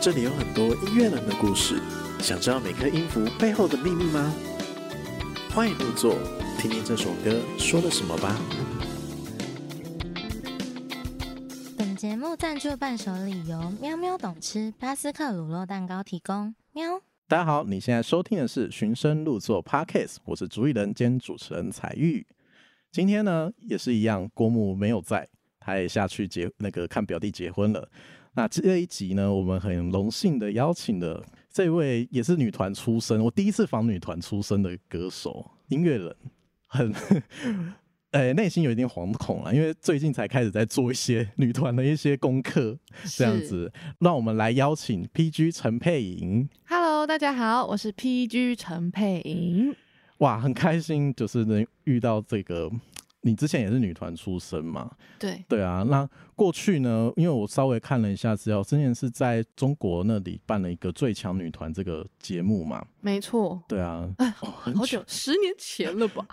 这里有很多音乐人的故事，想知道每颗音符背后的秘密吗？欢迎入座，听听这首歌说了什么吧。本节目赞助伴手礼由喵喵懂吃巴斯克乳酪蛋糕提供。喵，大家好，你现在收听的是《寻声入座》Podcast，我是主理人兼主持人彩玉。今天呢，也是一样，郭牧没有在，他也下去结那个看表弟结婚了。那这一集呢，我们很荣幸的邀请了这位也是女团出身，我第一次访女团出身的歌手、音乐人，很呃内心有一点惶恐啊了，因为最近才开始在做一些女团的一些功课，这样子，让我们来邀请 PG 陈佩莹。 Hello，大家好，我是 PG 陈佩莹。哇，很开心，就是能遇到这个。你之前也是女团出身嘛？对，对啊，那过去呢，因为我稍微看了一下资料，之前是在中国那里办了一个最强女团这个节目嘛。没错，对啊，哦、很哎好久，十年前 了吧？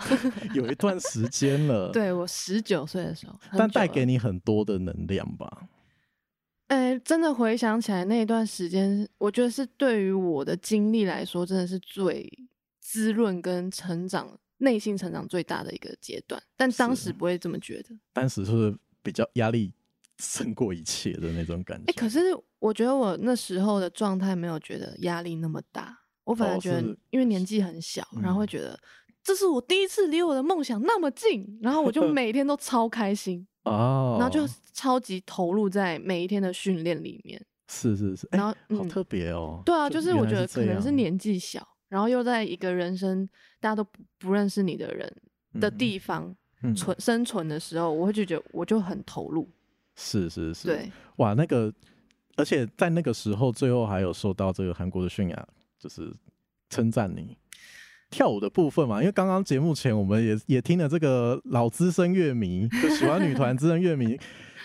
有一段时间了。， 对我十九岁的时候，但带给你，你很多的能量吧？哎、真的回想起来那一段时间，我觉得是对于我的经历来说，真的是最滋润跟成长、内心成长最大的一个阶段。但当是时不会这么觉得。当时是不是比较压力胜过一切的那种感觉。哎、可是我觉得我那时候的状态没有觉得压力那么大，我反而哦觉得是因为年纪很小，然后会嗯觉得这是我第一次离我的梦想那么近，然后 我就每天都超开心，哦，然后就超级投入在每一天的训练里面。是是是，哎、然后好嗯特别哦。对啊，就是原我来觉得可这能是样年纪小，然后又在一个人生大家都不不认识你的人的嗯地方嗯存生存的时候，我会就觉得我就很投入。是是是，对，哇，那个，而且在那个时候，最后还有受到这个韩国的泫雅就是称赞你跳舞的部分嘛，因为刚刚节目前我们也也听了这个老资深乐迷，就喜欢女团资深乐迷。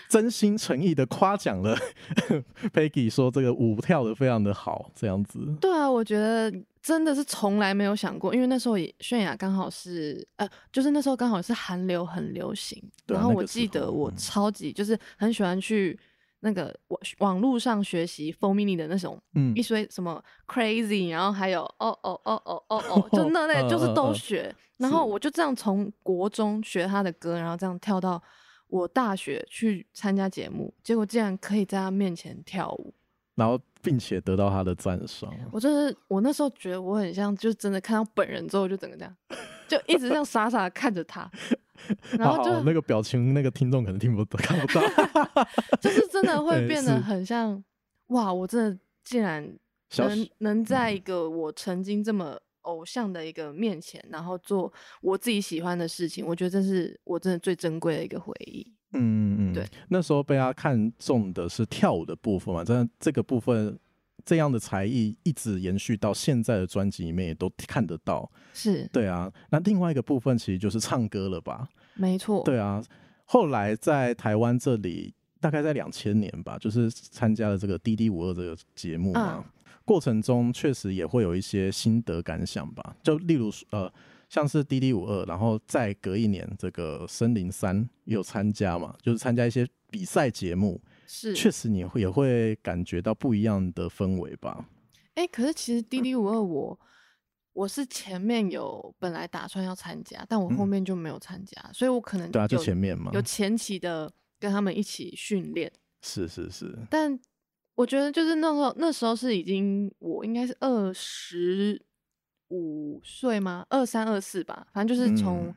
真心诚意的夸奖了 Peggy，说这个舞跳的非常的好，这样子。对啊，我觉得真的是从来没有想过，因为那时候也泫雅刚好是呃，就是那时候刚好是韩流很流行，对啊然后那我个时记得候我嗯超级就是很喜欢去那个网网络上学习 f o r Mini 的那种嗯一，堆什么 Crazy，然后还有哦哦哦哦哦哦， 就那类就是嗯都学，然后我就这样从国中学他的歌，然后这样跳到我大学去参加节目，结果竟然可以在他面前跳舞。然后并且得到他的赞赏。我真的是，我那时候觉得我很像，就真的看到本人之后，就整个这样，就一直这样傻傻的看着他，然后就、好好那个表情，那个听众可能听不到，看不到。就是真的对会变得是很像，哇！我真的竟然小嗯能能在一个我曾经这么偶像的一个面前，然后做我自己喜欢的事情，我觉得这是我真的最珍贵的一个回忆。嗯嗯，嗯对。那时候被他看中的是跳舞的部分嘛，但这个部分这样的才艺一直延续到现在的专辑里面也都看得到。是，对啊，那另外一个部分其实就是唱歌了吧？没错，对啊，后来在台湾这里，大概在两千年吧，就是参加了这个《滴滴五二》这个节目嘛。嗯过程中确实也会有一些心得感想吧，就例如说呃，像是《滴滴五二》，然后再隔一年，这个《森林三》也有参加嘛，就是参加一些比赛节目，是，确实你会也会感觉到不一样的氛围吧。哎、可是嗯其实滴滴五二我我是前面有本来打算要参加，但我后嗯面就没有参加，所以我可能对啊，就嗯有前面嘛有，前期的跟他们一起训练，是是是，但我觉得就是那时候那时候是已经我应该是二十五岁吗？二三二四吧，反正就是从嗯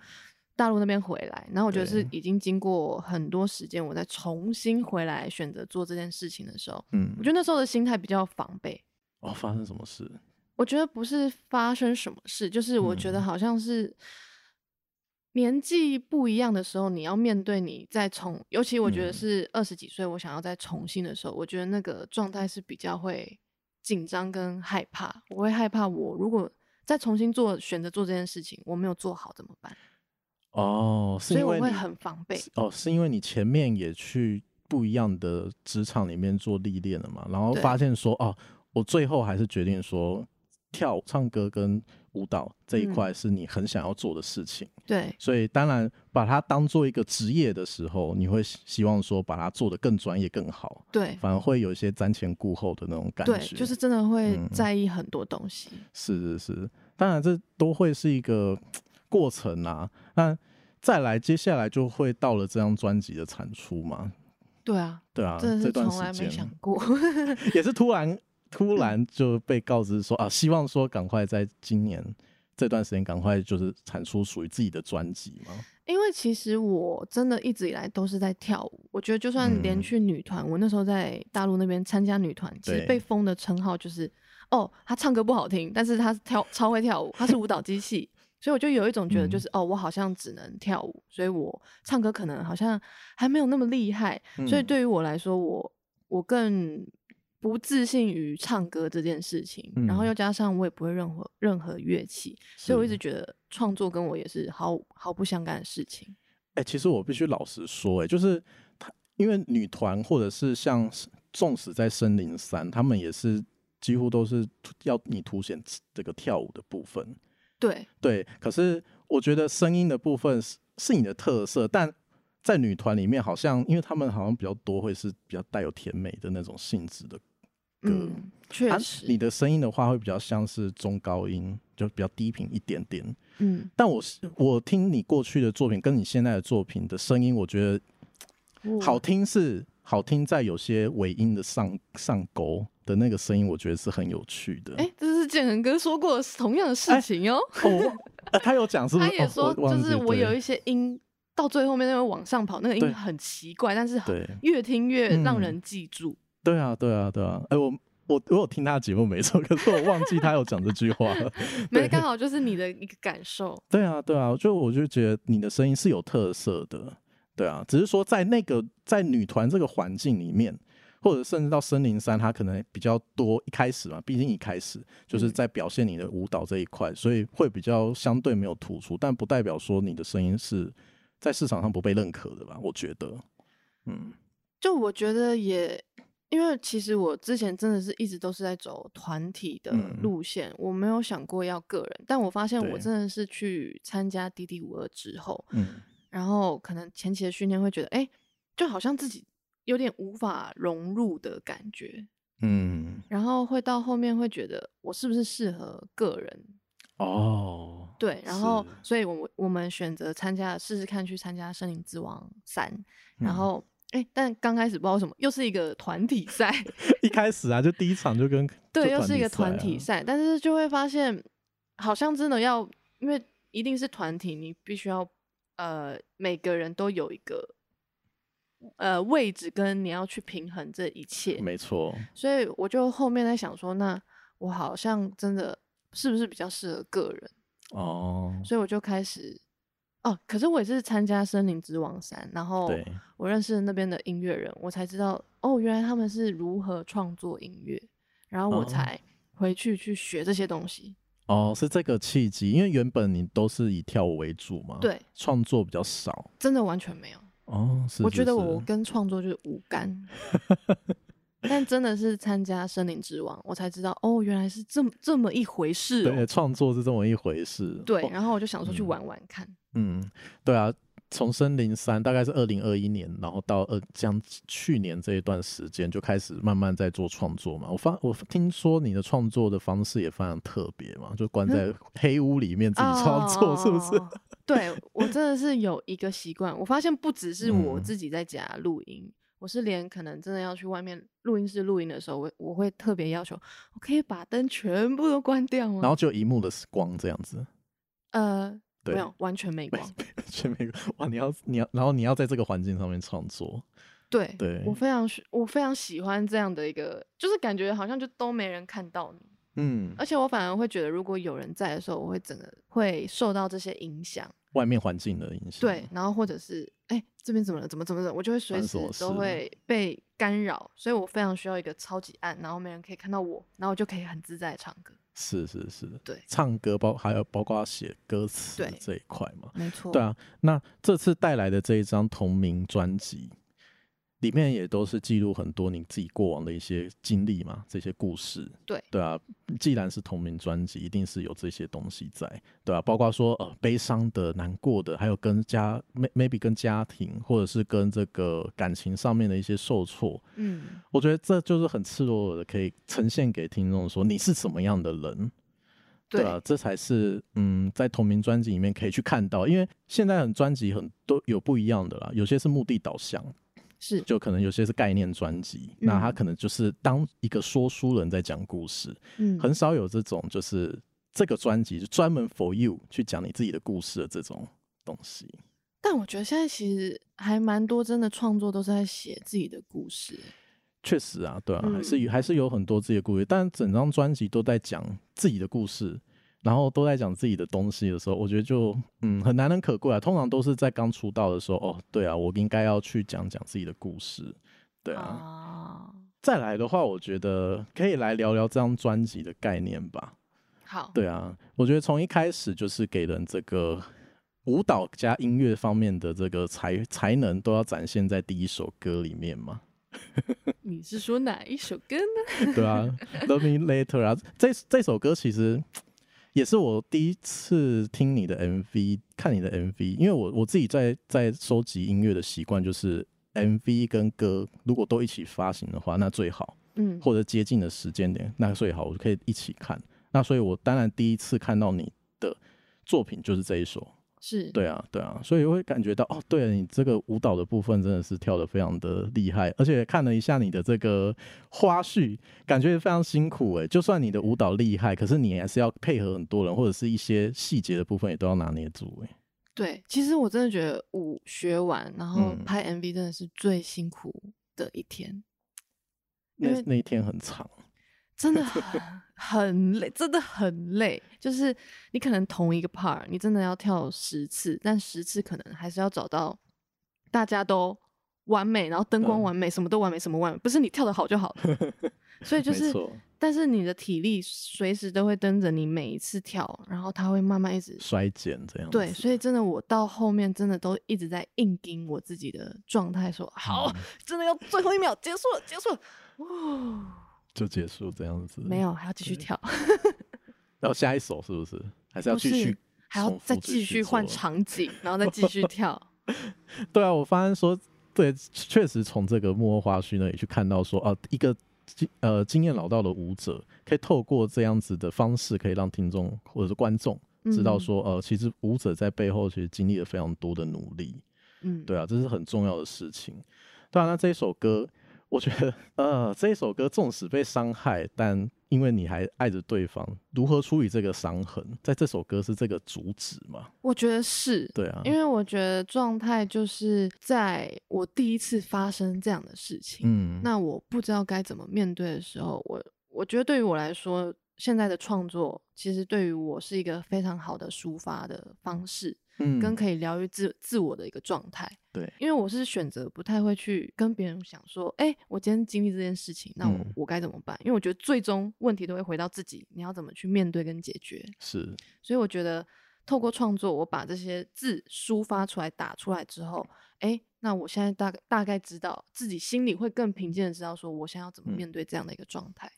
大陆那边回来，然后我觉得是对已经经过很多时间，我再重新回来选择做这件事情的时候，嗯我，觉得那时候的心态比较防备。哦，发生什么事？我觉得不是发生什么事，就是我觉得嗯好像是年纪不一样的时候，你要面对你再重，尤其我觉得嗯是二十几岁，我想要再重新的时候，我觉得那个状态是比较会紧张跟害怕。我会害怕我如果再重新做选择做这件事情，我没有做好怎么办？哦，是所以因我为会你很防备。是哦，是因为你前面也去不一样的职场里面做历练了嘛，然后对发现说，哦，我最后还是决定说，跳唱歌跟舞蹈这一嗯块是你很想要做的事情，对，所以当然把它当做一个职业的时候，你会希希望说把它做得更专业更好，对，反而会有一些瞻前顾后的那种感觉。嗯对，就是真的会嗯在意很多东西。是是是，当然这都会是一个过程啊。那再来，接下来就会到了这张专辑的产出嘛，对啊，对啊，真的这是段从时来没间想嗯过。 也是突然突然就被告知说啊，希望说赶快在今年这段时间赶快就是产出属于自己的专辑嘛。因为其实我真的一直以来都是在跳舞，我觉得就算连嗯去女团，我那时候在大陆那边参加女团，其实对被封的称号就是哦，她唱歌不好听，但是她跳超会跳舞，她是舞蹈机器，所以我就有一种觉得嗯就是、哦，我好像只能跳舞，所以我唱歌可能好像还没有那么厉害，所以嗯对于我来说，我我更不自信于唱歌这件事情，然后嗯又加上我也不会任何任何乐器，所以我一是直觉得创作跟我也是毫毫不相干的事情。哎、其实我必须老实说、哎，就是他，因为女团或者是像是纵使在森林三，他们也是几乎都是突要你凸显这个跳舞的部分。对，对，可是我觉得声音的部分是是你的特色，但在女团里面，好像因为他们好像比较多会是比较带有甜美的那种性质的歌。嗯，确啊实，你的声音的话会比较像是中高音，就比较低频一点点。嗯，但我是我听你过去的作品跟你现在的作品的声音，我觉得我好，听是好听，在有些尾音的上上勾的那个声音，我觉得是很有趣的。哎、这是建恒哥说过的同样的事哎情哦，哦我忘呃他有讲是不是？他也哦说忘就是记我有对一些音到最后面那个往上跑，那个对音很奇怪，但是好对越听越让嗯人记住。对啊，对啊，对啊。哎、我我我有听他的节目没错， 可是我忘记他有讲这句话 了。没对刚好就是你的一个感受，对啊，对啊，就我就觉得你的声音是有特色的，对啊，只是说在那个在女团这个环境里面，或者甚至到森林山，它可能比较多一开始嘛，毕竟一开始就是嗯在表现你的舞蹈这一块，所以会比较相对没有突出，但不代表说你的声音是在市场上不被认可的吧？我觉得，嗯，就我觉得也，因为其实我之前真的是一直都是在走团体的嗯路线，我没有想过要个人。但我发现我对真的是去参加滴滴五二之后，嗯，然后可能前期的训练会觉得，哎、就好像自己有点无法融入的感觉，嗯，然后会到后面会觉得我是不是适合个人？哦，对，然后是所以我们我们选择参加试试看去参加森林之王三，然嗯后。哎、但刚开始不知道为什么，又是一个团体赛， 一开始啊，就第一场就跟对，就又是一个团啊体赛，但是就会发现，好像真的要，因为一定是团体，你必须要呃，每个人都有一个呃位置，跟你要去平衡这一切。没错，所以我就后面在想说，那我好像真的是不是比较适合个人？哦，所以我就开始哦，可是我也是参加《森林之王三》，然后对。我认识那边的音乐人，我才知道哦，原来他们是如何创作音乐，然后哦我才回去去学这些东西。哦，是这个契机，因为原本你都是以跳舞为主嘛，，对，创作比较少。真的完全没有，哦，是我觉是得是我跟创作就是无 干。但真的是参加《森林之王》，我才知道哦，原来是这么这么一回事对哦。创作是这么一回事。对，哦然后我就想说去嗯玩玩看。嗯，对啊，从森林三大概是二零二一年，然后到二将去年这一段时间就开始慢慢在做创作嘛。我发我听说你的创作的方式也非常特别嘛，就关嗯在黑屋里面自己创作，是不是？哦？对我真的是有一个习惯，我发现不只是我嗯自己在家录音，我是连可能真的要去外面录音室录音的时候，我我会特别要求，我可以把灯全部都关掉吗？然后就一幕的光这样子。呃，对 没有，完全没光。全美国哇！你要你要，然后你要在这个环境上面创作，对，对我非常喜我非常喜欢这样的一个，就是感觉好像就都没人看到你，嗯，而且我反而会觉得，如果有人在的时候，我会整个会受到这些影响。外面环境的影响。对，，然后或者是哎、这边怎么了？怎么怎么怎么？我就会随烦时死我都事会被干扰，所以我非常需要一个超级暗，然后没人可以看到我，然后我就可以很自在地唱歌。是是是，对唱歌包还有包括写歌词对这一块嘛。没错对，啊，那这次带来的这一张同名专辑，里面也都是记录很多你自己过往的一些经历嘛，这些故事。对对啊，既然是同名专辑，一定是有这些东西在，对啊，包括说呃悲伤的、难过的，还有跟家 may- maybe 跟家庭或者是跟这个感情上面的一些受挫，嗯，我觉得这就是很赤裸裸的可以呈现给听众说你是什么样的人。对啊，这才是嗯，在同名专辑里面可以去看到，因为现在很专辑很多有不一样的啦，有些是目的导向，是就可能有些是概念专辑，嗯那他可能就是当一个说书人在讲故事，嗯很少有这种就是这个专辑就专门 for you 去讲你自己的故事的这种东西。但我觉得现在其实还蛮多真的创作都是在写自己的故事，确实啊，对啊，嗯还是有还是有很多自己的故事，但整张专辑都在讲自己的故事，然后都在讲自己的东西的时候，我觉得就嗯很难能可贵啊。通常都是在刚出道的时候，哦，对啊，我应该要去讲讲自己的故事，对啊。啊。再来的话，我觉得可以来聊聊这张专辑的概念吧。好，对啊，我觉得从一开始就是给人这个舞蹈加音乐方面的这个才才能都要展现在第一首歌里面嘛。你是说哪一首歌呢？对啊，Love Me Later 啊，这这首歌其实也是我第一次听你的 MV，看你的 MV，因为我我自己在在收集音乐的习惯就是。MV 跟歌如果都一起发行的话，那最好，嗯，或者接近的时间点，那最好，我可以一起看。那所以，我当然第一次看到你的作品就是这一首，是，对啊，对啊，所以会感觉到哦，对了，你这个舞蹈的部分真的是跳得非常的厉害，而且看了一下你的这个花絮，感觉非常辛苦欸诶。就算你的舞蹈厉害，可是你还是要配合很多人，或者是一些细节的部分也都要拿捏住欸诶。对，其实我真的觉得舞学完，然后嗯拍 MV 真的是最辛苦的一天，因那为那一天很长，真的很很累，真的很累。就是你可能同一个 part，你真的要跳十次，但十次可能还是要找到大家都完美，然后灯光嗯完美，什么都完美，什么完美，不是你跳的好就好了。 所以就没是错，但是你的体力随时都会跟着你每一次跳，然后它会慢慢一直衰减这样子。对，所以真的我到后面真的都一直在硬盯我自己的状态，说好，嗯真的要最后一秒结束了，结束了，哦，就结束这样子。 没有，还要继续对跳，然后下一首是不是还是要不继是续？还要再继续换场。场景，然后再继 续跳，对啊，我发现说，对，确实从这个幕后花絮那里去看到说，啊，一个经呃经验老道的舞者，可以透过这样子的方式，可以让听众或者是观众嗯知道说，呃，其实舞者在背后其实经历了非常多的努力，嗯，对啊，这是很重要的事情。对啊，那这一首歌，我觉得，呃，这一首歌纵使被伤害，但因为你还爱着对方，如何处理这个伤痕，在这首歌是这个主旨嘛？我觉得是，对啊，因为我觉得状态就是在我第一次发生这样的事情，嗯，那我不知道该怎么面对的时候，我我觉得对于我来说，现在的创作其实对于我是一个非常好的抒发的方式，嗯跟可以疗愈自自我的一个状态。对因为我是选择不太会去跟别人想说，哎、我今天经历这件事情，那我、嗯我该怎么办？因为我觉得最终问题都会回到自己，你要怎么去面对跟解决。是所以我觉得透过创作，我把这些字抒发出来、打出来之后，哎，那我现在大概大概知道自己心里会更平静的知道，说我现在要怎么嗯面对这样的一个状态。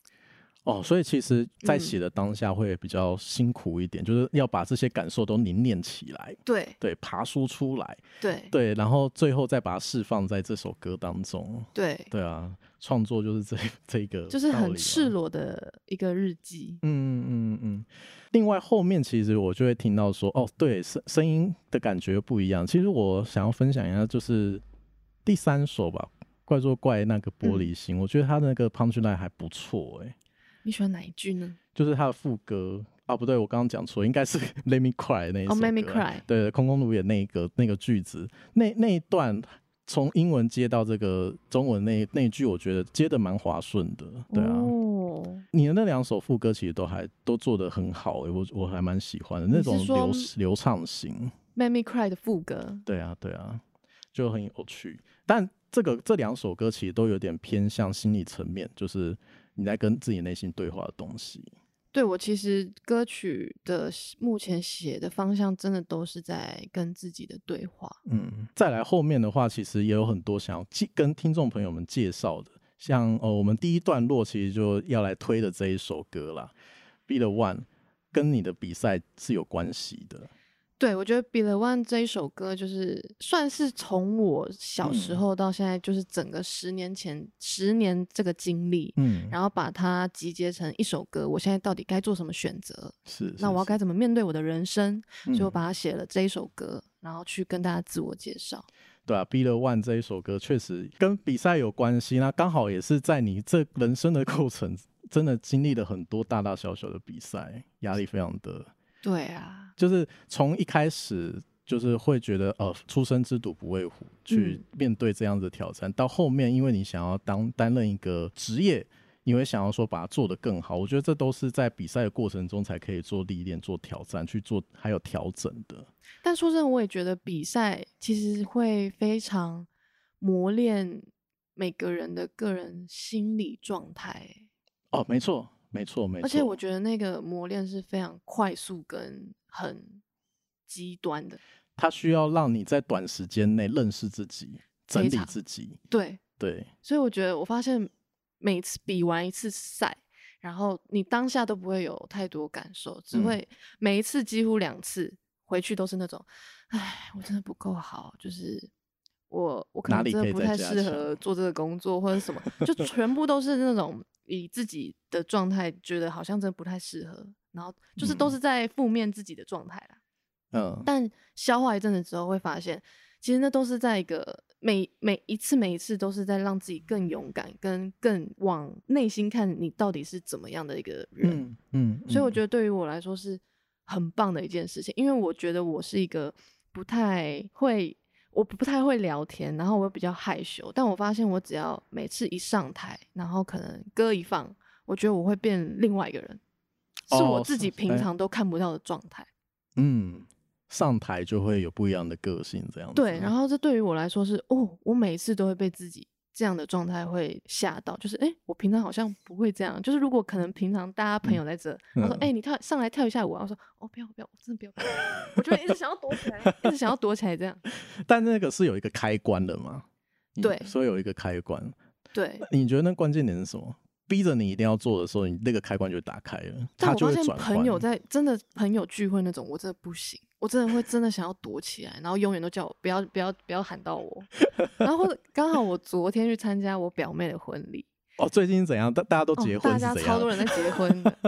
哦，所以其实，在嗯写的当下会比较辛苦一点，就是要把这些感受都凝练起来，对对，爬梳出来，对对，然后最后再把它释放在这首歌当中。对，对啊，创作就是这这一个、啊就是很赤。裸的一个日记。嗯嗯嗯嗯。另外，后面其实我就会听到说，哦，对，声声音的感觉不一样。其实我想要分享一下，就是第三首吧，《怪作怪》那个玻嗯璃心，我觉得他那个 punchline 还不错、欸，你喜欢哪一句呢？就是他的副歌啊，不对，我刚刚讲错，应该是 Let Me Cry 那一首歌。啊哦，Let Me Cry 对，空空如也那一个那个句子，那那一段从英文接到这个中文那那一句，我觉得接的蛮滑顺的。对啊，哦，你的那两首副歌其实都还都做的很好、欸，我我还蛮喜欢的那种你是说流流畅型。 《Make Me Cry》的副歌，对啊，对啊，就很有趣。但这个这两首歌其实都有点偏向心理层面，就是你在跟自己内心对话的东西。对我其实歌曲的目前写的方向，真的都是在跟自己的对话。嗯，再来后面的话，其实也有很多想要介跟听众朋友们介绍的，像呃，我们第一段落其实就要来推的这一首歌啦，《Be the One》跟你的比赛是有关系的。对，我觉得《Be the One》这一首歌，就是算是从我小时嗯候到现在，就是整个十年前、十年这个经历，嗯，然后把它集结成一首歌。我现在到底该做什么选择？是，那我要该怎么面对我的人生？嗯所以我把它写了这一首歌，然后去跟大家自我介绍。对啊，《Be the One》这一首歌确实跟比赛有关系，那刚好也是在你这人生的过程，真的经历了很多大大小小的比赛，压力非常的，对啊，就是从一开始就是会觉得呃，出生之犊不畏虎，嗯去面对这样子的挑战，到后面因为你想要当担任一个职业。你会想要说把它做得更好，我觉得这都是在比赛的过程中才可以做历练、做挑战、去做还有调整的。但说真的，我也觉得比赛其实会非常磨练每个人的个人心理状态，哦，没错，没错，没错。而且我觉得那个磨练是非常快速跟很极端的。它需要让你在短时间内认识自己、整非理常自己。对，对，所以我觉得我发现每次比完一次赛。然后你当下都不会有太多感受，只嗯会每一次几乎两次回去都是那种，唉，我真的不够好，就是我我可哪能里真可的以不再太加适强合 做这个工作或者什么，就全部都是那种以自己的状态觉得好像真的不太适合，然后就是都嗯是在负面自己的状态啦。嗯，但消化一阵子之后，会发现其实那都是在一个每每一次每一次都是在让自己更勇敢，跟更往内心看你到底是怎么样的一个人。嗯嗯，所以我得觉得对于我来说是很棒的一件事情，因为我觉得我是一个不太会，我不太会聊天，然后我比较害羞，但我发现我只要每次一上台，然后可能歌一放，我觉得我会变另外一个人，是我哦自是己平哎常都看不到的状态。嗯，上台就会有不一样的个性，这样子。对，然后这对于我来说是哦，我每一次都会被自己这样的状态会吓到，就是诶，我平常好像不会这样，就是如果可能平常大家朋友在这，他、说嗯诶，你跳上来跳一下舞啊，我说哦不要不要，我真的不要，不要我就会一直想要躲起来，一直想要躲起来这样。但那个是有一个开关的嘛？你嗯对所以有一个开关。 对，你觉得那关键点是什么？逼着你一定要做的时候，你那个开关就打开了，它但我就发会现转换。朋友在真的朋友聚会那种，我真的不行，我真的会真的想要躲起来，然后永远都叫我不要不要不要喊到我。然后或者刚好我昨天去参加我表妹的婚礼，哦，最近怎样？大大家都结婚哦，大是怎家样？超多人在结婚的。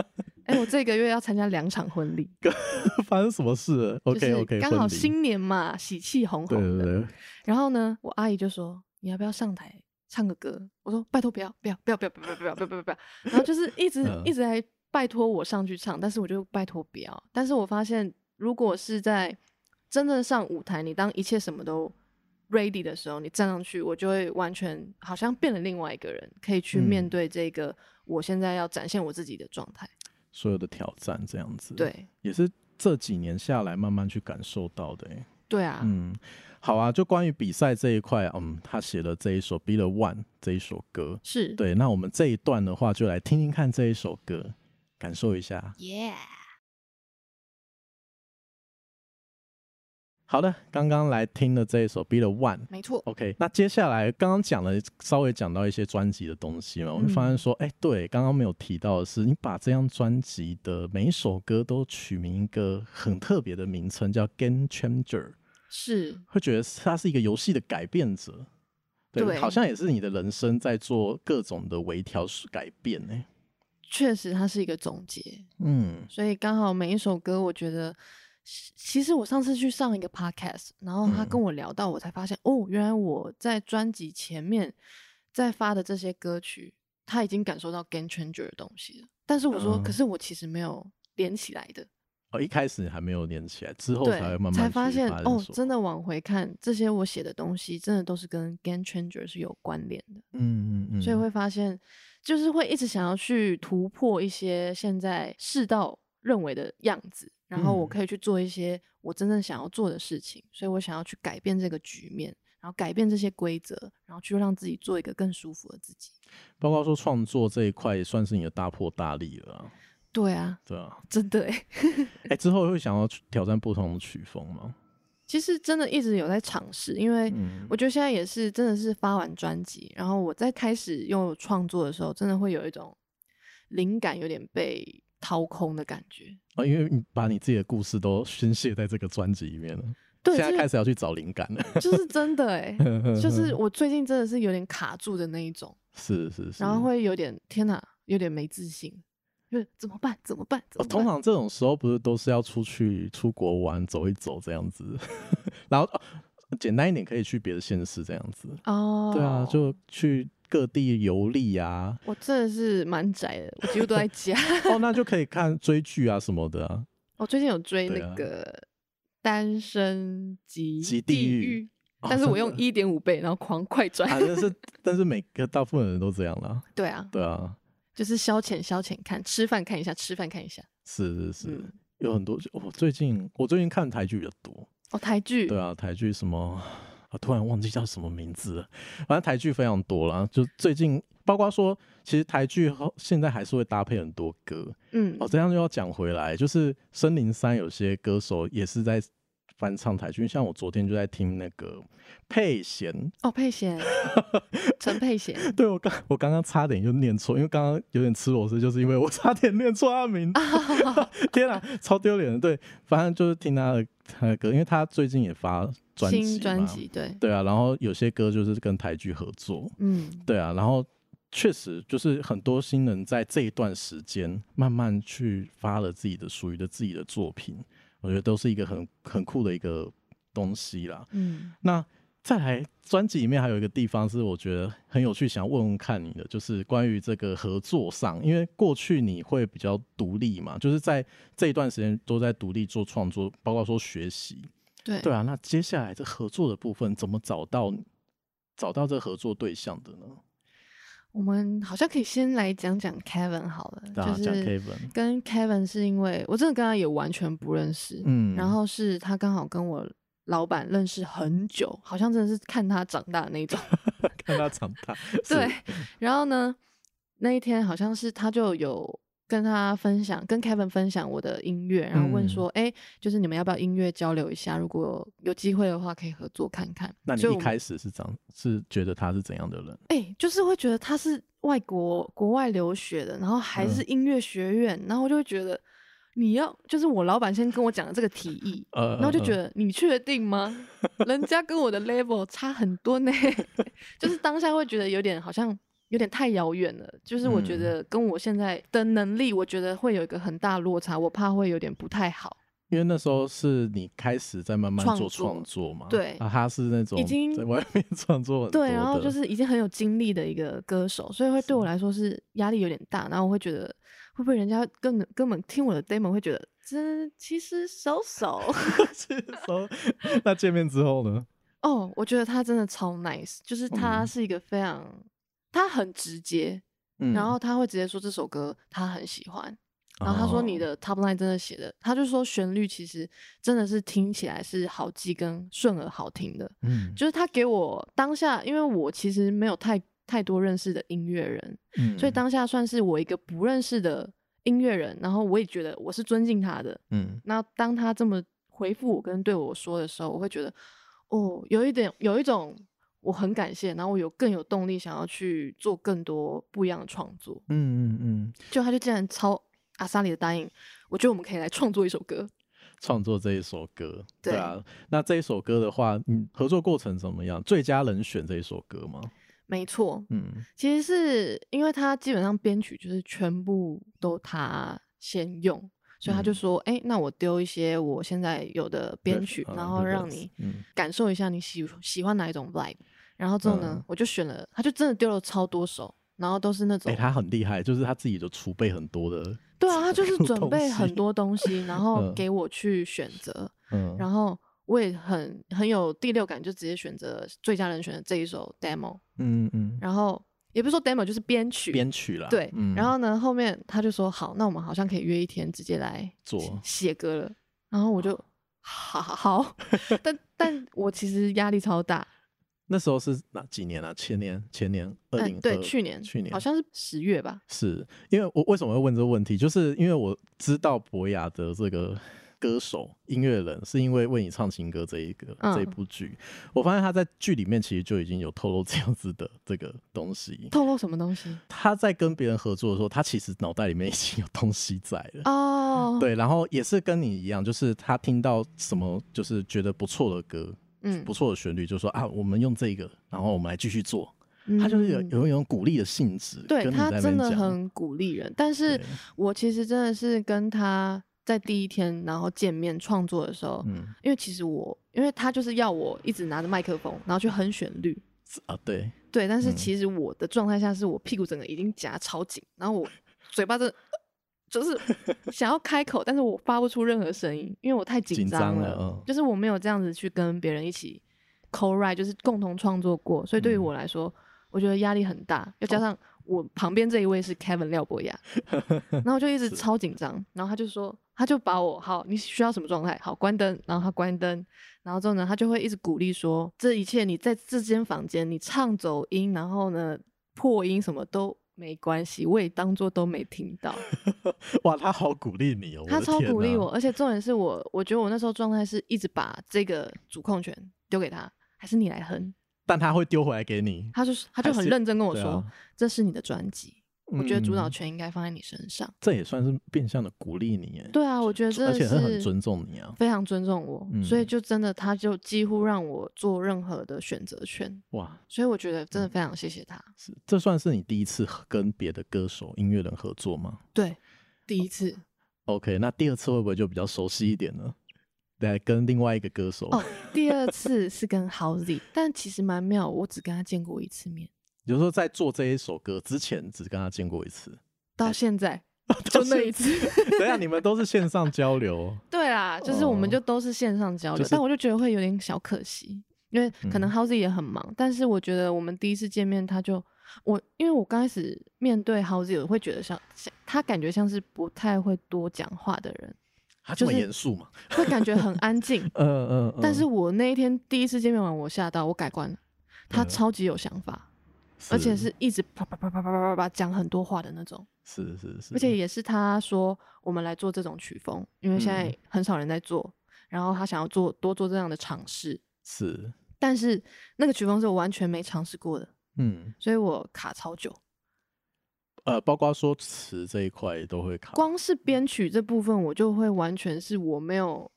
哎、我这个月要参加两场婚礼 发生什么事了就？OK 是 OK，刚好新年嘛，喜气红对红的。对对，然后呢，我阿姨就说：“你要不要上台唱个歌？”我说：“拜托不要，不要，不要，不要，不要，不要，不要，不要，不要。”然后就是一直、嗯一直在拜托我上去唱，但是我就拜托不要。但是我发现，如果是在真正上舞台，你当一切什么都 ready 的时候，你站上去，我就会完全好像变了另外一个人，可以去面嗯对这个我现在要展现我自己的状态。所有的挑战这样子。，对也是这几年下来慢慢去感受到的、欸。对啊，嗯，好啊，就关于比赛这一块，嗯，他写了这一首《Be the One》这一首歌。是对，那我们这一段的话，就来听听看这一首歌，感受一下。耶、好的，刚刚来听的这一首《Be the One》。没错， OK，那接下来刚刚讲了，稍微讲到一些专辑的东西嘛，我们嗯发现说，哎、对，刚刚没有提到的是，你把这张专辑的每一首歌都取名一个很特别的名称，叫《Game Changer》。是会觉得他是一个游戏的改变者，对，对好像也是你的人生在做各种的微调改变呢、确实它是一个总结，嗯所以刚好每一首歌，我觉得其其实我上次去上一个 podcast，然后他嗯跟我聊到，我才发现、哦，原来我在专辑前面在发的这些歌曲，他已经感受到 game changer 的东西了。但是我说，嗯可是我其实没有连起来的，哦，一开始还没有连起来，之后对才会，慢慢才去发发现哦，真的，的往回看，这些我写的东西，真的都是跟 game changer 是有关联的。嗯嗯嗯，所以会发现，就是会一直想要去突破一些现在世道认为的样子，然后我嗯可以去做一些我真正想要做的事情，所以我想要去改变这个局面，然后改变这些规则，然后去让自己做一个更舒服的自己。包括说创作这一块也算是你的大破大立了啊、对啊，对啊，真的哎，哎、之后会想要去挑战不同的曲风吗？ 其实真的一直有在尝试，因为嗯我，觉得现在也是真的是发完专辑，然后我在开始又创作的时候，真的会有一种灵感有点被掏空的感觉。啊，因为你把你自己的故事都宣泄在这个专辑里面了，对，现在就开是始要去找灵感了，就是真的哎、嗯就是我最近真的是有点卡住的那一种， 是是是，然后会有点天哪，有点没自信，就是怎么办？怎么办？怎哦，么办？通常这种时候不是都是要出去出国玩走一走这样子， 然后、哦简单一点可以去别的县市这样子。哦，，对啊，就去各地游历啊我真的是蛮宅的，我几乎都在家。 哦，那就可以看追剧啊什么的啊。我最近有追对那啊个《单身即即地地狱狱》，但是哦我用真的一点五倍，然后狂快转。 啊，但是但是每个大部分人都这样啦。对啊，对啊，就是消遣消遣看，吃饭看一下，吃饭看一下。是是是，嗯有很多。我最近我最近看台剧比较多，哦，台剧，对啊，台剧什么。啊，突然忘记叫什么名字了，反正台剧非常多啦。就最近，包括说，其实台剧后现在还是会搭配很多歌，嗯哦，，这样就要讲回来，就是《森林三》有些歌手也是在翻唱台剧，像我昨天就在听那个佩贤，哦，佩贤，陈佩贤对我刚我刚刚差点就念错，因为刚刚有点吃螺丝，就是因为我差点念错他的 名字， 天啊，超丢脸的。对，反正就是听他的他的歌，因为他最近也发专辑，新专，辑，对，对啊，然后有些歌就是跟台剧合作，嗯，对啊，然后确实就是很多新人在这一段时间慢慢去发了自己的属于的自己的作品，我觉得都是一个很很酷的一个东西啦。嗯，那再来，专辑里面还有一个地方是我觉得很有趣，想问问看你的，就是关于这个合作上，因为过去你会比较独立嘛，就是在这一段时间都在独立做创作，包括说学习，对，对啊。那接下来这合作的部分，怎么找到找到这合作对象的呢？我们好像可以先来讲讲 Kevin 好了，啊，就讲是 Kevin，跟 Kevin 是因为我真的跟他也完全不认识，嗯然后是他刚好跟我老板认识很久，好像真的是看他长大的那 一种。看他长大，是对，然后呢，那一天好像是他就有跟他分享，跟 Kevin 分享我的音乐，然后嗯问说，哎、就是你们要不要音乐交流一下？如果有机会的话，可以合作看看。那你所以一我们开始是怎样？是觉得他是怎样的人？哎、就是会觉得他是外国国外留学的，然后还是音乐学院，然后我就会觉得你要就是我老板先跟我讲的这个提议，呃，然后就觉得得你确定吗？人家跟我的 level 差很多呢， 就是当下会觉得有点好像有点太遥远了，就是我觉嗯得跟我现在的能力，我觉得会有一个很大落差，我怕会有点不太好。因为那时候是你开始在慢慢创做作创作嘛，对啊，他是那种已经在外面 创作很多对，然后的就是已经很有经历的一个歌手，所以会对我来说是压力有点大，然后我会觉得会不会人家根本根本听我的 demo 会觉得这其实手手是说哦那见面之后呢？ 哦，我觉得他真的超 nice，就是他嗯是一个非常、他很直接，嗯然后他会直接说这首歌他很喜欢，然后他说你哦的 top line 真的写的，他就说旋律其实真的是听起来是好记跟顺耳好听的，嗯就是他给我当下，因为我其实没有太太多认识的音乐人，嗯所以当下算是我一个不认识的音乐人，然后我也觉得我是尊敬他的。嗯那当他这么回复我跟对我说的时候，我会觉得哦，有一点有一种我很感谢，然后我有更有动力想要去做更多不一样的创作。嗯嗯嗯，就他就竟然超阿萨里的答应，我觉得我们可以来创作一首歌。创作这一首歌，对啊，那这一首歌的话，嗯，合作过程怎么样？最佳人选这一首歌吗？没错，嗯其实是因为他基本上编曲就是全部都他先用，所以他就嗯说：“哎、那我丢一些我现在有的编 Ref- 曲，啊然后让 reference，你嗯感受一下你喜喜欢哪一种 vibe。”然后之后呢，嗯我就选了，他就真的丢了超多首，然后都是那种、哎、他很厉害，就是他自己就储备很多的，对 啊，他就是准东备西很多东西，然后嗯给我去选择。嗯，然后我也很很有第六感，就直接选择最佳人选的这一首 demo，嗯嗯，然后也不是说 demo 就是编曲，编曲啦，对，嗯、然后呢后面他就说好，那我们好像可以约一天直接来做哦写写歌了， 然后我就好好好，但但我其实压力超大，那时候是哪几年啊？前年，前年，二零、嗯，对，去年，去年好像是十月吧。是因为我为什么会问这个问题，就是因为我知道博雅的这个歌手音乐人，是因为为你唱情歌这一个、嗯这一部剧，我发现他在剧里面其实就已经有透露这样子的这个东西。透露什么东西？他在跟别人合作的时候，他其实脑袋里面已经有东西在了。哦，，嗯对，然后也是跟你一样，就是他听到什么，就是觉得不错的歌，嗯不错的旋律，就说啊，我们用这个，然后我们来继续做。他就是有嗯有一种鼓励的性质，对跟你他在那真边的讲很鼓励人，但是对我其实真的是跟他在第一天然后见面创作的时候，嗯因为其实我因为他就是要我一直拿着麦克风，然后去哼旋律。啊，对， 对，但是嗯其实我的状态下是我屁股整个已经夹超紧，然后 我嘴巴真的就是想要开口，但是我发不出任何声音，因为我太紧紧张张了。了嗯就是我没有这样子去跟别人一起 co write，就是共同创作过，所以对于嗯哦我来说，我觉得压力很大，又加上我旁边这一位是 Kevin 廖 博雅，然后我就一直超紧张，然后他就说。他就把我好，你需要什么状态？好，关灯，然后他关灯，然后之后呢，他就会一直鼓励说，这一切你在这间房间，你唱走音，然后呢破音什么都没关系，我也当做都没听 到。哇，他好鼓励你哦，我他的超天鼓励哪我，，而且重点是我，我觉得我那时候状态是一直把这个主控权丢给他，还是你来哼？但他会丢回来给你。他就是他就还很是认真跟我对说，啊这是你的专辑，我觉得主导嗯权应该放在你身上。这也算是变相的鼓励你耶，对啊，我觉得真而的且是他很尊重你啊，非常尊重我，嗯所以就真的他就几乎让我做任何的选择权，哇，所以我觉得嗯真的非常谢谢他。是这算是你第一次和跟别的歌手、音乐人合作吗对，第一次？OK，那第二次会不会就比较熟悉一点呢？来跟另外一个歌手，哦，第二次是跟 Howzy，但其实蛮妙，我只跟他见过一次面，比如说在做这一首歌之前，只跟他见过一次，哎到现在 就那一次。 等一下你们都是线上交流，对啦，就是我们哦就都是线上交流，就是但我就觉得会有点小可惜，因为可能嗯 Howzy 也很忙，但是我觉得我们第一次见面，他就我因为我刚开始面对 Howzy，我会觉得像像他感觉像是不太会多讲话的人，他哦这么就是严肃嘛？。会感觉很安静嗯嗯嗯但是我那一天第一次见面完，我吓到，我改观了，他嗯超级有想法，而且是一直啪啪啪啪啪啪啪讲很多话的那种。是是是，而且也是他说我们来做这种曲风，因为现在嗯很少人在做，然后他想要做多做这样的尝试，是但是那个曲风是我完全没尝试过的，嗯所以我卡超久。呃，包括说词这一块也都会卡，光是编曲这部分，我就会完全是我没有，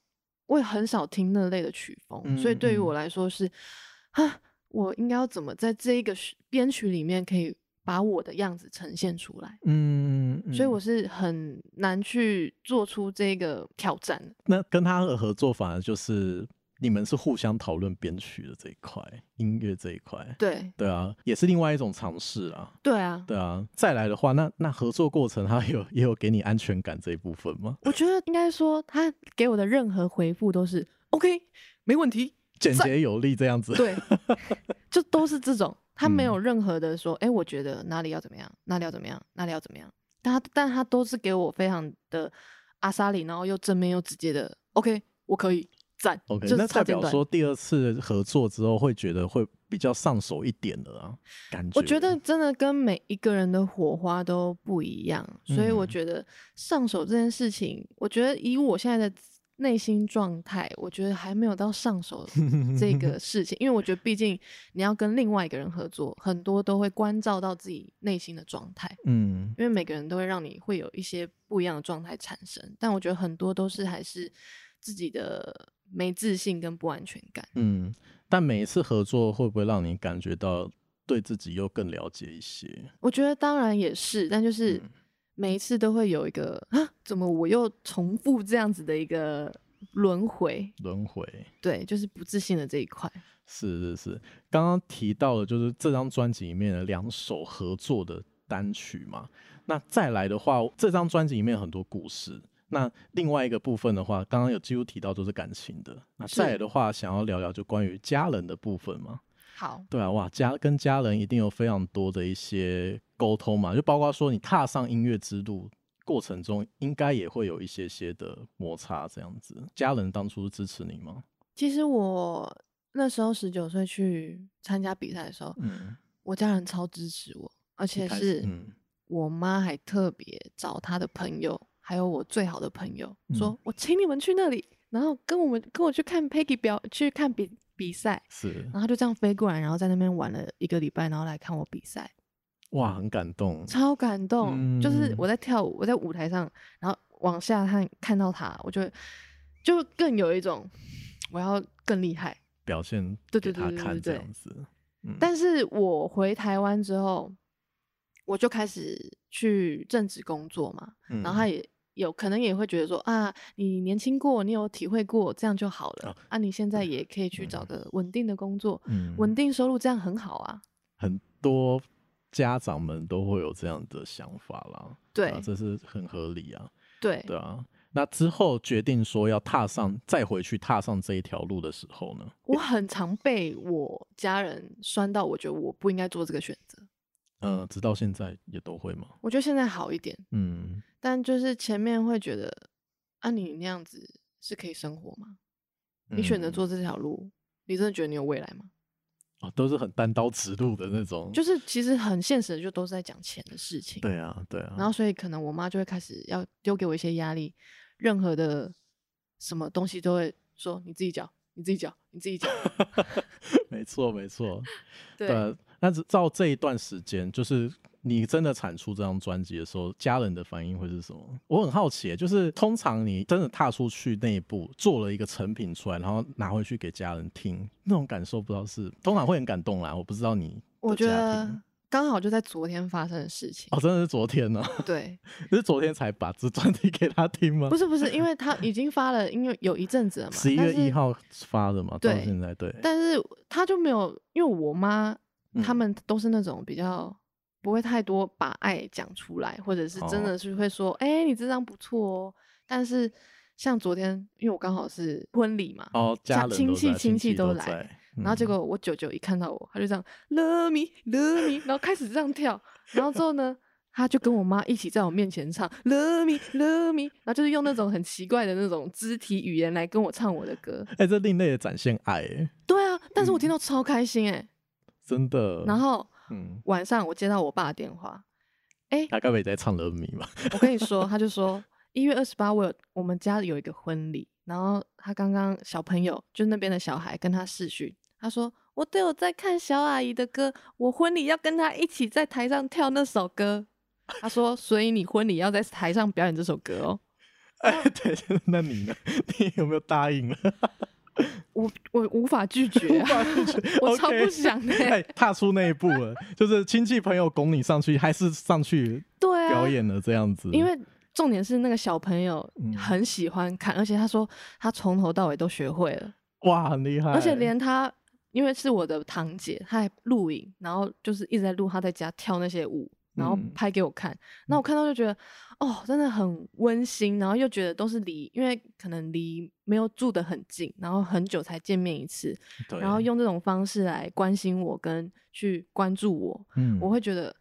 我也很少听那类的曲风，嗯所以对于嗯我来说是，啊，我应该要怎么在这一个曲编曲里面可以把我的样子呈现出来？嗯，嗯所以我是很难去做出这个挑战的。那跟他的合作反而就是你们是互相讨论编曲的这一块，音乐这一块，对对啊，也是另外一种尝试啊，对啊，对啊。再来的话，那那合作过程他有也有给你安全感这一部分吗？我觉得应该说，他给我的任何回复都是 OK，没问题，简洁有力这样子，对，就都是这种，他没有任何的说，哎、我觉得哪里要怎么样，哪里要怎么样，哪里要怎么样，但他但他都是给我非常的阿莎里，然后又正面又直接的 OK，我可以赞 OK，就是那超代简表短。说第二次合作之后会觉得会比较上手一点了啊，感觉。我觉得真的跟每一个人的火花都不一样，所以我嗯觉得上手这件事情，我觉得以我现在的内心状态，我觉得还没有到上手这 个事情，因为我觉得毕竟你要跟另外一个人合作，很多都会关照到自己内心的状态，嗯，因为每个人都会让你会有一些不一样的状态产生，但我觉得很多都是还是自己的没自信跟不安全感。嗯，但每一次合作会不会让你感觉到对自己又更了解一些？我觉得当然也是，但就是嗯每一次都会有一个啊，怎么我又重复这样子的一个轮回？轮回对，就是不自信的这一块。是是是，刚刚提到的就是这张专辑里面的两首合作的单曲嘛。那再来的话，这张专辑里面有很多故事。那另外一个部分的话，刚刚有几乎提到都是感情的。那是再来的话，想要聊聊就关于家人的部分嘛。好，对啊，哇，家跟家人一定有非常多的一些沟通嘛，就包括说你踏上音乐之路过程中，应该也会有一些些的摩擦这样子。家人当初支持你吗？其实我那时候十九岁去参加比赛的时候，嗯，我家人超支持我，而且一开始是嗯我妈还特别找她的朋友，还有我最好的朋友，嗯说我请你们去那里，然后跟我们跟我去看 Peggy 表去看比比赛，是然后她就这样飞过来，然后在那边玩了一个礼拜，然后来看我比赛，哇，很感动，超感动。就是嗯我在跳舞，我在舞台上，然后往下看看到她，我就就更有一种我要更厉害。表现对给对对他对对看这对样子，嗯但是我回台湾之后，我就开始去正职工作嘛，嗯然后他也有可能也会觉得说啊，你年轻过，你有体会过，这样就好了啊啊你现在也可以去找嗯个稳定的工作，嗯稳定收入，这样很好啊。很多家长们都会有这样的想法啦，对啊这是很合理啊，对，对啊。那之后决定说要踏上再回去踏上这一条路的时候呢，我很常被我家人酸到，我觉得我不应该做这个选择。嗯，直到现在也都会嘛，我觉得现在好一点，嗯，但就是前面会觉得啊，你那样子是可以生活吗？你选择嗯做这条路，你真的觉得你有未来吗？哦，都是很单刀直入的那种，就是其实很现实的，就都是在讲钱的事情。嗯对啊，对啊，然后所以可能我妈就会开始要丢给我一些压力，任何的什么东西都会说你自己缴，你自己缴，你自己缴。没错没 错，对，对，啊那是照这一段时间，就是你真的产出这张专辑的时候，家人的反应会是什么？我很好奇耶，就是通常你真的踏出去那一步，做了一个成品出来，然后拿回去给家人听，那种感受不知道是通常会很感动啦。我不知道你我的觉家庭，啊得刚好就在昨天发生的事情。哦， 真的是昨天呢、对，是昨天才把这专辑给他听吗不？是不是，因为他已经发了，因为有一阵子了嘛，十一但月是一，号发的嘛，到对现在对，但是他就没有，因为我妈嗯他们都是那种比较。不会太多把爱讲出来，或者是哦真的是会说，哎、你这张不错哦。但是像昨天，因为我刚好是婚礼嘛，哦，家人都亲在戚亲亲戚戚都来在，然后嗯结果我舅舅一看到我，他就这样 love me love me，然后开始这样跳，然后之后呢，他就跟我妈一起在我面前唱 love me love me，然后就是用那种很奇怪的那种肢体语言来跟我唱我的歌。哎、这另类的展现爱、哎对啊，但是我听嗯到超开心哎、真的。然后嗯，晚上我接到我爸的电话，他该不会在唱《人迷》吧？我跟你说，他就说一月二十八，我有我们家有一个婚礼，然后他刚刚小朋友就那边的小孩跟他视讯，他说我都有在看小阿姨的歌，我婚礼要跟她一起在台上跳那首歌。他说，所以你婚礼要在台上表演这首歌哦。 哎，对，那你呢？你有没有答应了？我我无法拒绝、啊，我超 OK 不想欸的、哎，踏出那一步了，就是亲戚朋友拱你上去，还是上去对啊，表演了这样子？因为重点是那个小朋友嗯很喜欢看，而且他说他从头到尾都学会了。哇，很厉害，而且连她，因为是我的堂姐，她还录影，然后就是一直在录她在家跳那些舞，然后嗯拍给我看。那、我看到就觉得，哦，真的很温馨，然后又觉得都是离，因为可能离没有住得很近，然后很久才见面一次，对然后，用这种方式来关心我跟去关注我，嗯我会觉得，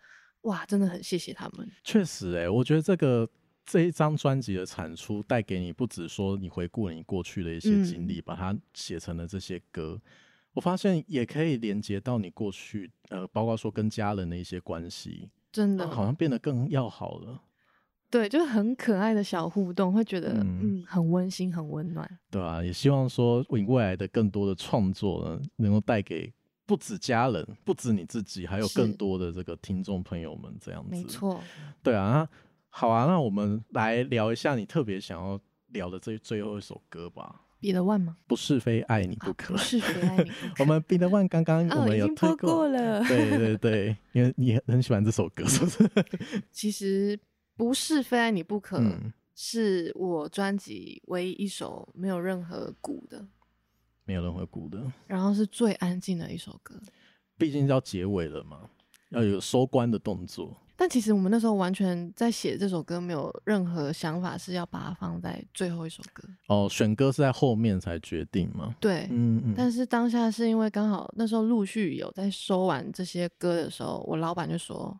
哇，真的很谢谢他们。确实、哎，我觉得这个这一张专辑的产出带给你，不只说你回顾了你过去的一些嗯经历，把它写成了这些歌。我发现也可以连接到你过去，呃，包括说跟家人的一些关系，真的，哦好像变得更要好了，对，就是很可爱的小互动，会觉得嗯嗯很温馨，很温暖。对啊，也希望说你未来的更多的创作呢，能够带给不止家人，不止你自己，还有是更多的这个听众朋友们这样子。没，错，对啊，那好啊，那我们来聊一下你特别想要聊的这最后一首歌吧，比了万吗？ 《不是非爱你不啊可》不是非爱你 不我们 B 的 One 刚刚啊我们已有经推播过了对对对，因为你很喜欢这首歌，是不是？其实不是非爱你不可，嗯，是我专辑唯一一首没有任何鼓的，没有任何鼓的，然后是最安静的一首歌。毕竟要结尾了嘛，要有收官的动作。但其实我们那时候完全在写这首歌，没有任何想法是要把它放在最后一首歌。哦，选歌是在后面才决定吗？对，嗯嗯，但是当下是因为刚好那时候陆续有在收完这些歌的时候，我老板就说：“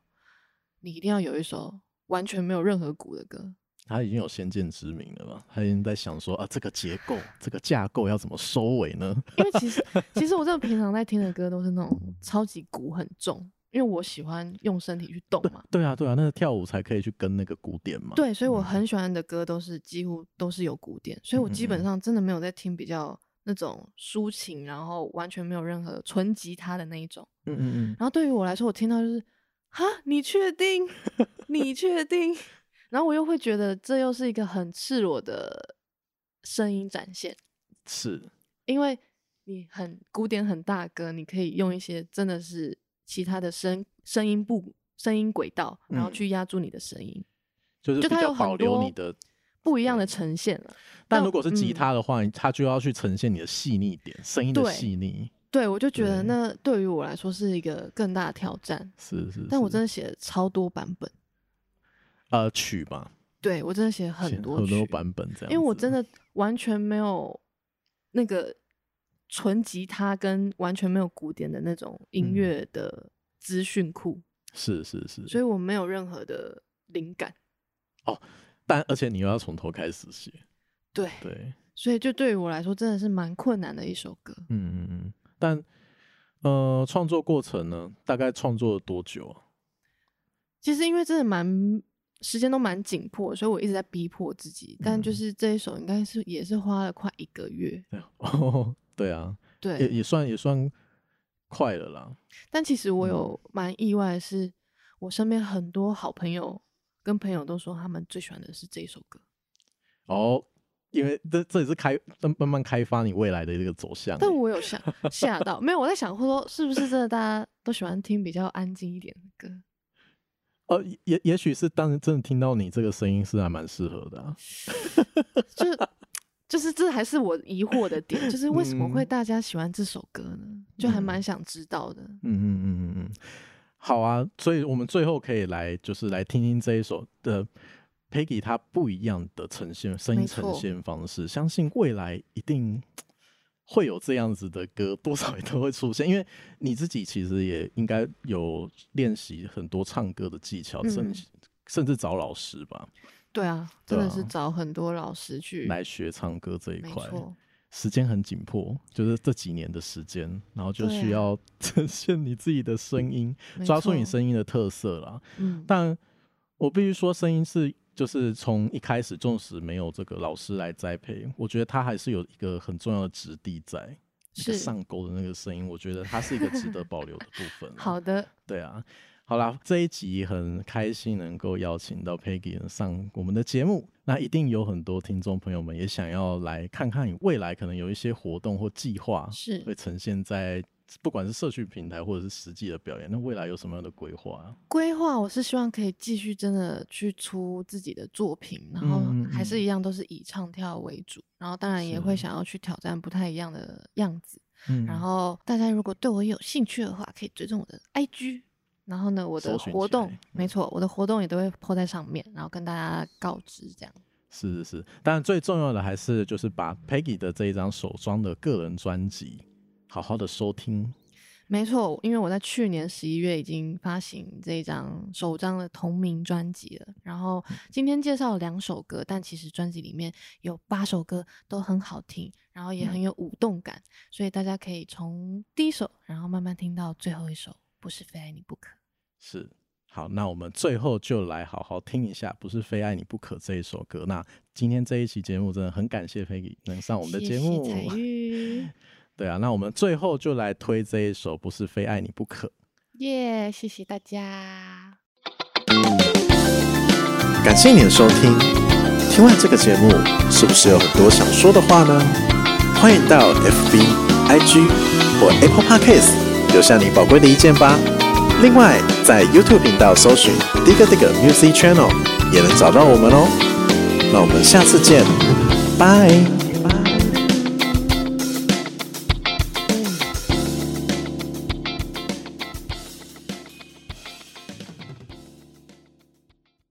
你一定要有一首完全没有任何鼓的歌。”他已经有先见之明了嘛，他已经在想说啊，这个结构、这个架构要怎么收尾呢？因为其实其实我真的平常在听的歌都是那种超级鼓很重，因为我喜欢用身体去动嘛。对啊，对啊，那跳舞才可以去跟那个鼓点嘛。对，所以我很喜欢的歌都是几乎都是有鼓点，所以我基本上真的没有在听比较那种抒情，然后完全没有任何纯吉他的那一种。嗯嗯然后对于我来说，我听到就是哈，你确定？你确定？ 然后我又会觉得这又是一个很赤裸的声音展现，嗯，是，因为你很鼓点很大歌，你可以用一些真的是其他的声声音部声音轨道，然后嗯去压住你的声音，就是就比它较有很保留多你的。不一样的呈现了。但那如果是吉嗯他的话，它就要去呈现你的细腻点，声音的对细腻。对，我就觉得对那对于我来说是一个更大的挑战。是是是，但我真的写了超多版本，呃曲嘛，对我真的写了写很多很多曲版本这样子，因为我真的完全没有那个纯吉他跟完全没有古典的那种音嗯乐的资讯库，是是是，所以我没有任何的灵感。但而且你又要从头开始写，对，对，所以就对于我来说真的是蛮困难的一首歌。嗯嗯嗯，但呃，创作过程呢，大概创作了多久啊？其实因为真的蛮时间都蛮紧迫，所以我一直在逼迫自己。但就嗯是这一首应该是也是花了快一个月。对啊， 对啊，对，也也算也算快了啦，但其实嗯我有蛮意外的是，我身边很多好朋友跟朋友都说他们最喜欢的是这一首歌，哦。因为这这也是开慢慢开发你未来的一个走向欸，但我有吓吓到，没有我在想说是不是真的大家都喜欢听比较安静一点的歌？呃也也许是当真的听到你这个声音是还蛮适合的啊，就是就是这还是我疑惑的点，就是为什么会嗯大家喜欢这首歌呢？就还蛮想知道的。嗯嗯嗯嗯嗯，好啊，所以我们最后可以来就是来听听这一首的 Peggy 她不一样的呈现声音没错呈现方式，相信未来一定会有这样子的歌，多少也都会出现，因为你自己其实也应该有练习很多唱歌的技巧，甚、嗯甚至找老师吧对啊，真的是对啊找很多老师去，来学唱歌这一没块。错，时间很紧迫，就是这几年的时间，然后就对啊需要 呈现你自己的声音，没抓出你错，声音的特色啦。嗯，但我必须说，声音是就是从一开始，纵使没有这个老师来栽培，我觉得他还是有一个很重要的质地在。那个是。上钩的那个声音，我觉得它是一个值得保留的部分 好，的，对啊，好啦，这一集很开心能够邀请到 Peggy 上我们的节目，那一定有很多听众朋友们也想要来看看你未来可能有一些活动或计划是会呈现在不管是社区平台或者是实际的表演，那未来有什么样的规划啊？规划，我是希望可以继续真的去出自己的作品，然后嗯嗯还是嗯一样都是以唱跳为主，然后当然也是会想要去挑战不太一样的样子。嗯然后大家如果对我有兴趣的话，可以追踪我的 IG，然后呢，我搜的寻活起动来，没嗯错，我的活动也都会 po 在上面，然后跟大家告知这样。是是是，当然最重要的还是就是把 Peggy 的这一张首张的个人专辑好好的收听。没错，因为我在去年十一月已经发行这一张首张的同名专辑了。然后嗯今天介绍了两首歌，但其实专辑里面有八首歌都很好听，然后也嗯很有舞动感，所以大家可以从第一首，然后慢慢听到最后一首，不是非爱你不可。是，好，那我们最后就来好好听一下《不是非爱你不可》这一首歌。那今天这一期节目真的很感谢 Peggy 能上我们的节目。谢谢彩玉， 对啊，那我们最后就来推这一首《不是非爱你不可》。耶谢谢大家。感谢你的收听。听完这个节目，是不是有很多想说的话呢？欢迎到 FB、IG 或 Apple Podcast 留下你宝贵的意见吧。另外，在 YouTube 频道搜寻 “Dig Dig Music Channel” 也能找到我们哦。那我们下次见，拜。